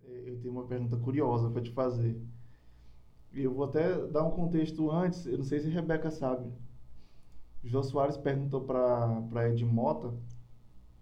tem É, uma pergunta curiosa para te fazer. E eu vou até dar um contexto antes, eu não sei se a Rebeca sabe. Jô Soares perguntou para Ed Mota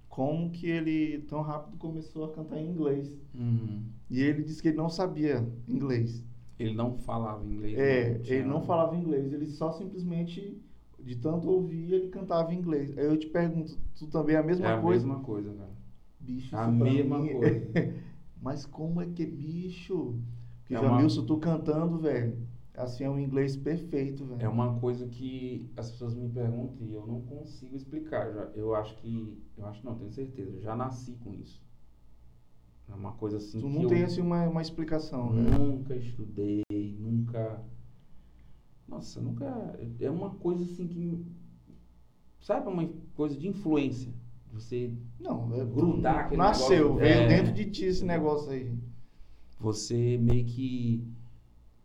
como que ele tão rápido começou a cantar em inglês. Uhum. E ele disse que ele não sabia inglês. Ele não falava inglês. É, tinha um ele não nada. falava inglês, ele só simplesmente, de tanto ouvir, ele cantava em inglês. Aí eu te pergunto, tu também é a mesma É a coisa? mesma coisa, cara. Bicho, A isso pra mesma mim é- coisa. Mas como é que é bicho? Porque, É uma- Jamilson, tu cantando, velho, assim, é um inglês perfeito, velho. É uma coisa que as pessoas me perguntam e eu não consigo explicar. Eu, já- eu acho que. Eu acho não, tenho certeza. Eu já nasci com isso. É uma coisa assim Tu que não eu Hum. tem, né? assim, uma, uma explicação, velho. nunca estudei, nunca. Nossa, nunca. É uma coisa assim que. Sabe, uma coisa de influência. Você Não, é... grudar aquele Nasceu, negócio. veio É. dentro de ti esse negócio aí. você meio que.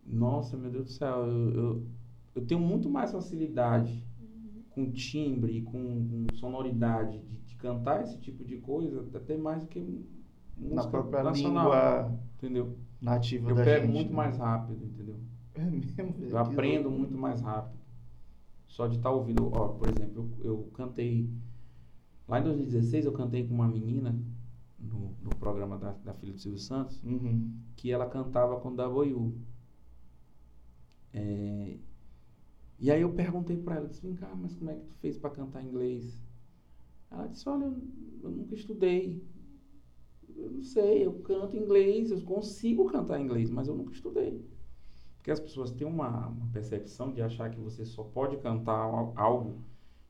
Nossa, meu Deus do céu, eu, eu, eu tenho muito mais facilidade com timbre, com, com sonoridade de, de cantar esse tipo de coisa, até mais do que música Na própria nacional, língua entendeu? nativa Eu da pego gente. muito né? mais rápido, entendeu? É mesmo, velho. Eu aprendo muito mais rápido. Só de estar ouvindo. Ó, por exemplo, eu, eu cantei. Lá em 2016, eu cantei com uma menina no, no programa da, da filha do Silvio Santos Uhum. que ela cantava com W. É, e aí eu perguntei pra ela, disse, vem cá, mas como é que tu fez pra cantar inglês? Ela disse, olha, eu, eu nunca estudei. Eu não sei, eu canto inglês, eu consigo cantar inglês, mas eu nunca estudei. Porque as pessoas têm uma, uma percepção de achar que você só pode cantar al- algo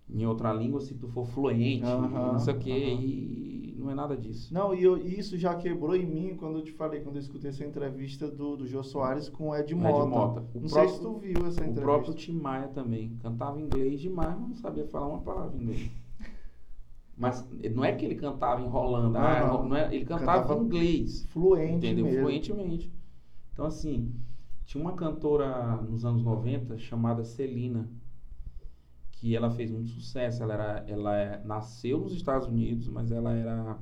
em outra língua se tu for fluente, Aham, não sei o quê, aham. e não é nada disso. Não, e eu- e isso já quebrou em mim quando eu te falei, quando eu escutei essa entrevista do, do Jô Soares com o Ed Não Mota. é de mota. O Não sei próprio- se tu viu essa O entrevista. próprio Tim Maia também. Cantava inglês demais, mas não sabia falar uma palavra em inglês. Mas não é que ele cantava enrolando. ah, Não, não. não é- ele cantava, Cantava em inglês. Fluente entendeu? mesmo. Fluentemente. Então, assim, tinha uma cantora nos anos 90 chamada Celina, que ela fez muito sucesso. Ela, era, ela é- nasceu nos Estados Unidos, mas ela era.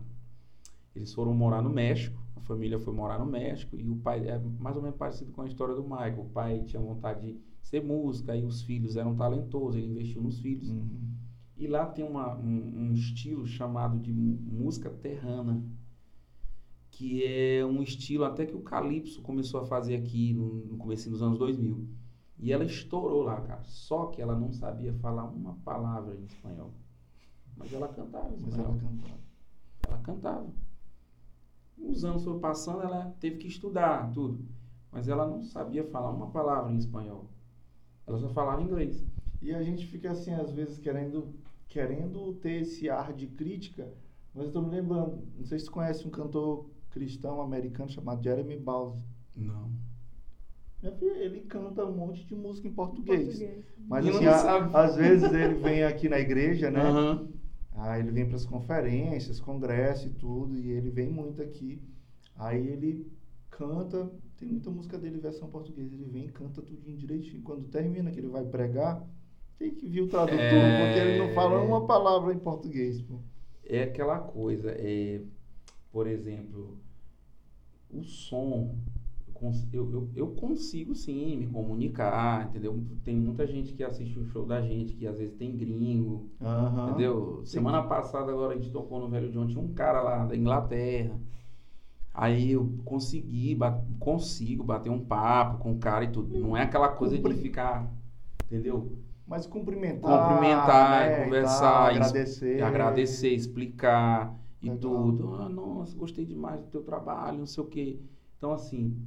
Eles foram morar no México. A família foi morar no México e o pai é mais ou menos parecido com a história do Michael. O pai tinha vontade de ser música e os filhos eram talentosos, ele investiu nos filhos. Uhum. E lá tem uma, um, um estilo chamado de mu- música terrana, que é um estilo até que o Calypso começou a fazer aqui no, no começo dos anos 2000. E ela estourou lá, cara. Só que ela não sabia falar uma palavra em espanhol. Mas ela cantava em Mas espanhol. ela cantava. Ela cantava. Os anos foram passando, ela teve que estudar tudo. Mas ela não sabia falar uma palavra em espanhol. Ela só falava inglês. E a gente fica assim, às vezes, querendo, querendo ter esse ar de crítica, mas eu tô me lembrando, não sei se tu conhece um cantor cristão americano chamado Jeremy Bowles. Não. Meu filho, Ele canta um monte de música em português. Português. Mas Ele assim, não a- sabe. às vezes ele vem aqui na igreja, né? Aham. Ah, ele vem para as conferências, congresso e tudo, e ele vem muito aqui. Aí ele canta, tem muita música dele em versão portuguesa, ele vem e canta tudinho direitinho. Quando termina que ele vai pregar, tem que vir o tradutor, É. porque ele não fala uma palavra em português. pô. é aquela coisa, é, por exemplo, o som, eu cons- eu, eu, eu consigo sim me comunicar, entendeu? Tem muita gente que assiste o show da gente, que às vezes tem gringo, Aham. entendeu? Semana passada agora a gente tocou no Velho John, tinha um cara lá da Inglaterra, aí eu consegui, ba- consigo bater um papo com o cara e tudo, não é aquela coisa de Cumpri- ficar, entendeu? Mas cumprimentar. né, Cumprimentar, e conversar, tal, es- agradecer. agradecer, explicar e Legal. tudo. Ah, nossa, gostei demais do teu trabalho, não sei o quê. Então, assim,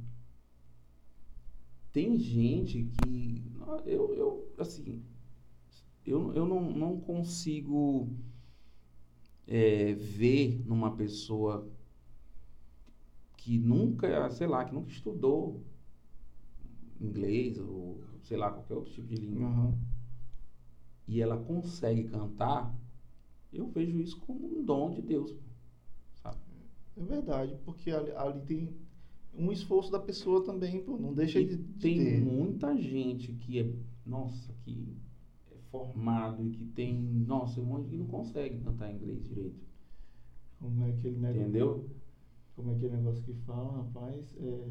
tem gente que. Eu, eu assim, eu, eu não, não consigo é, ver numa pessoa que nunca, sei lá, que nunca estudou inglês ou sei lá, qualquer outro tipo de língua Aham. e ela consegue cantar, eu vejo isso como um dom de Deus. Sabe? É verdade, porque ali, ali tem um esforço da pessoa também, pô, não deixa E de, de tem um ter. muita gente que é, nossa, que é formado e que tem, nossa, um monte que não consegue cantar inglês direito. Como é que ele nega? Entendeu? Como é aquele negócio que fala, rapaz? É,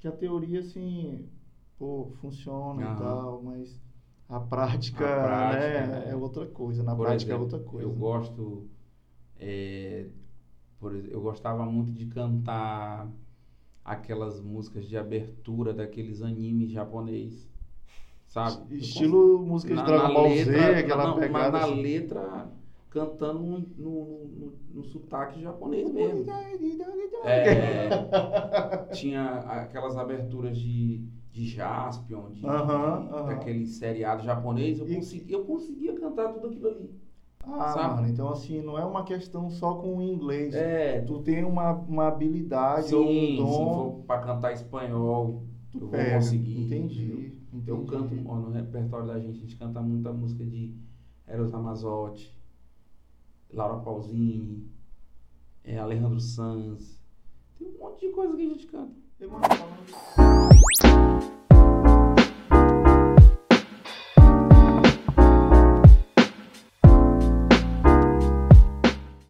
que a teoria, assim, pô, funciona Aham. e tal, mas a prática, A prática, né, né? é outra coisa. Na Por prática exemplo, é outra coisa. Eu gosto. é, por ex- eu gostava muito de cantar aquelas músicas de abertura daqueles animes japonês. Sabe? Eu Estilo música de Dragon Ball Z, aquela não, pegada. Mas na assim. letra cantando no, no, no- no sotaque japonês mesmo. É, tinha aquelas aberturas de, de Jaspion, de, Aham, de- aham. daquele seriado japonês. Eu, E- consegui- eu conseguia cantar tudo aquilo ali. Ah, sabe? mano, então assim, não é uma questão só com o inglês. É, Tu tem uma, uma habilidade ou um sim, se dom, for pra cantar espanhol, eu vou pega. conseguir. entendeu? Entendi, entendi. Eu canto, ó, no repertório da gente, a gente canta muita música de Eros Ramazotti, Laura eh, Pausini, é, Alejandro Sanz. Tem um monte de coisa que a gente canta.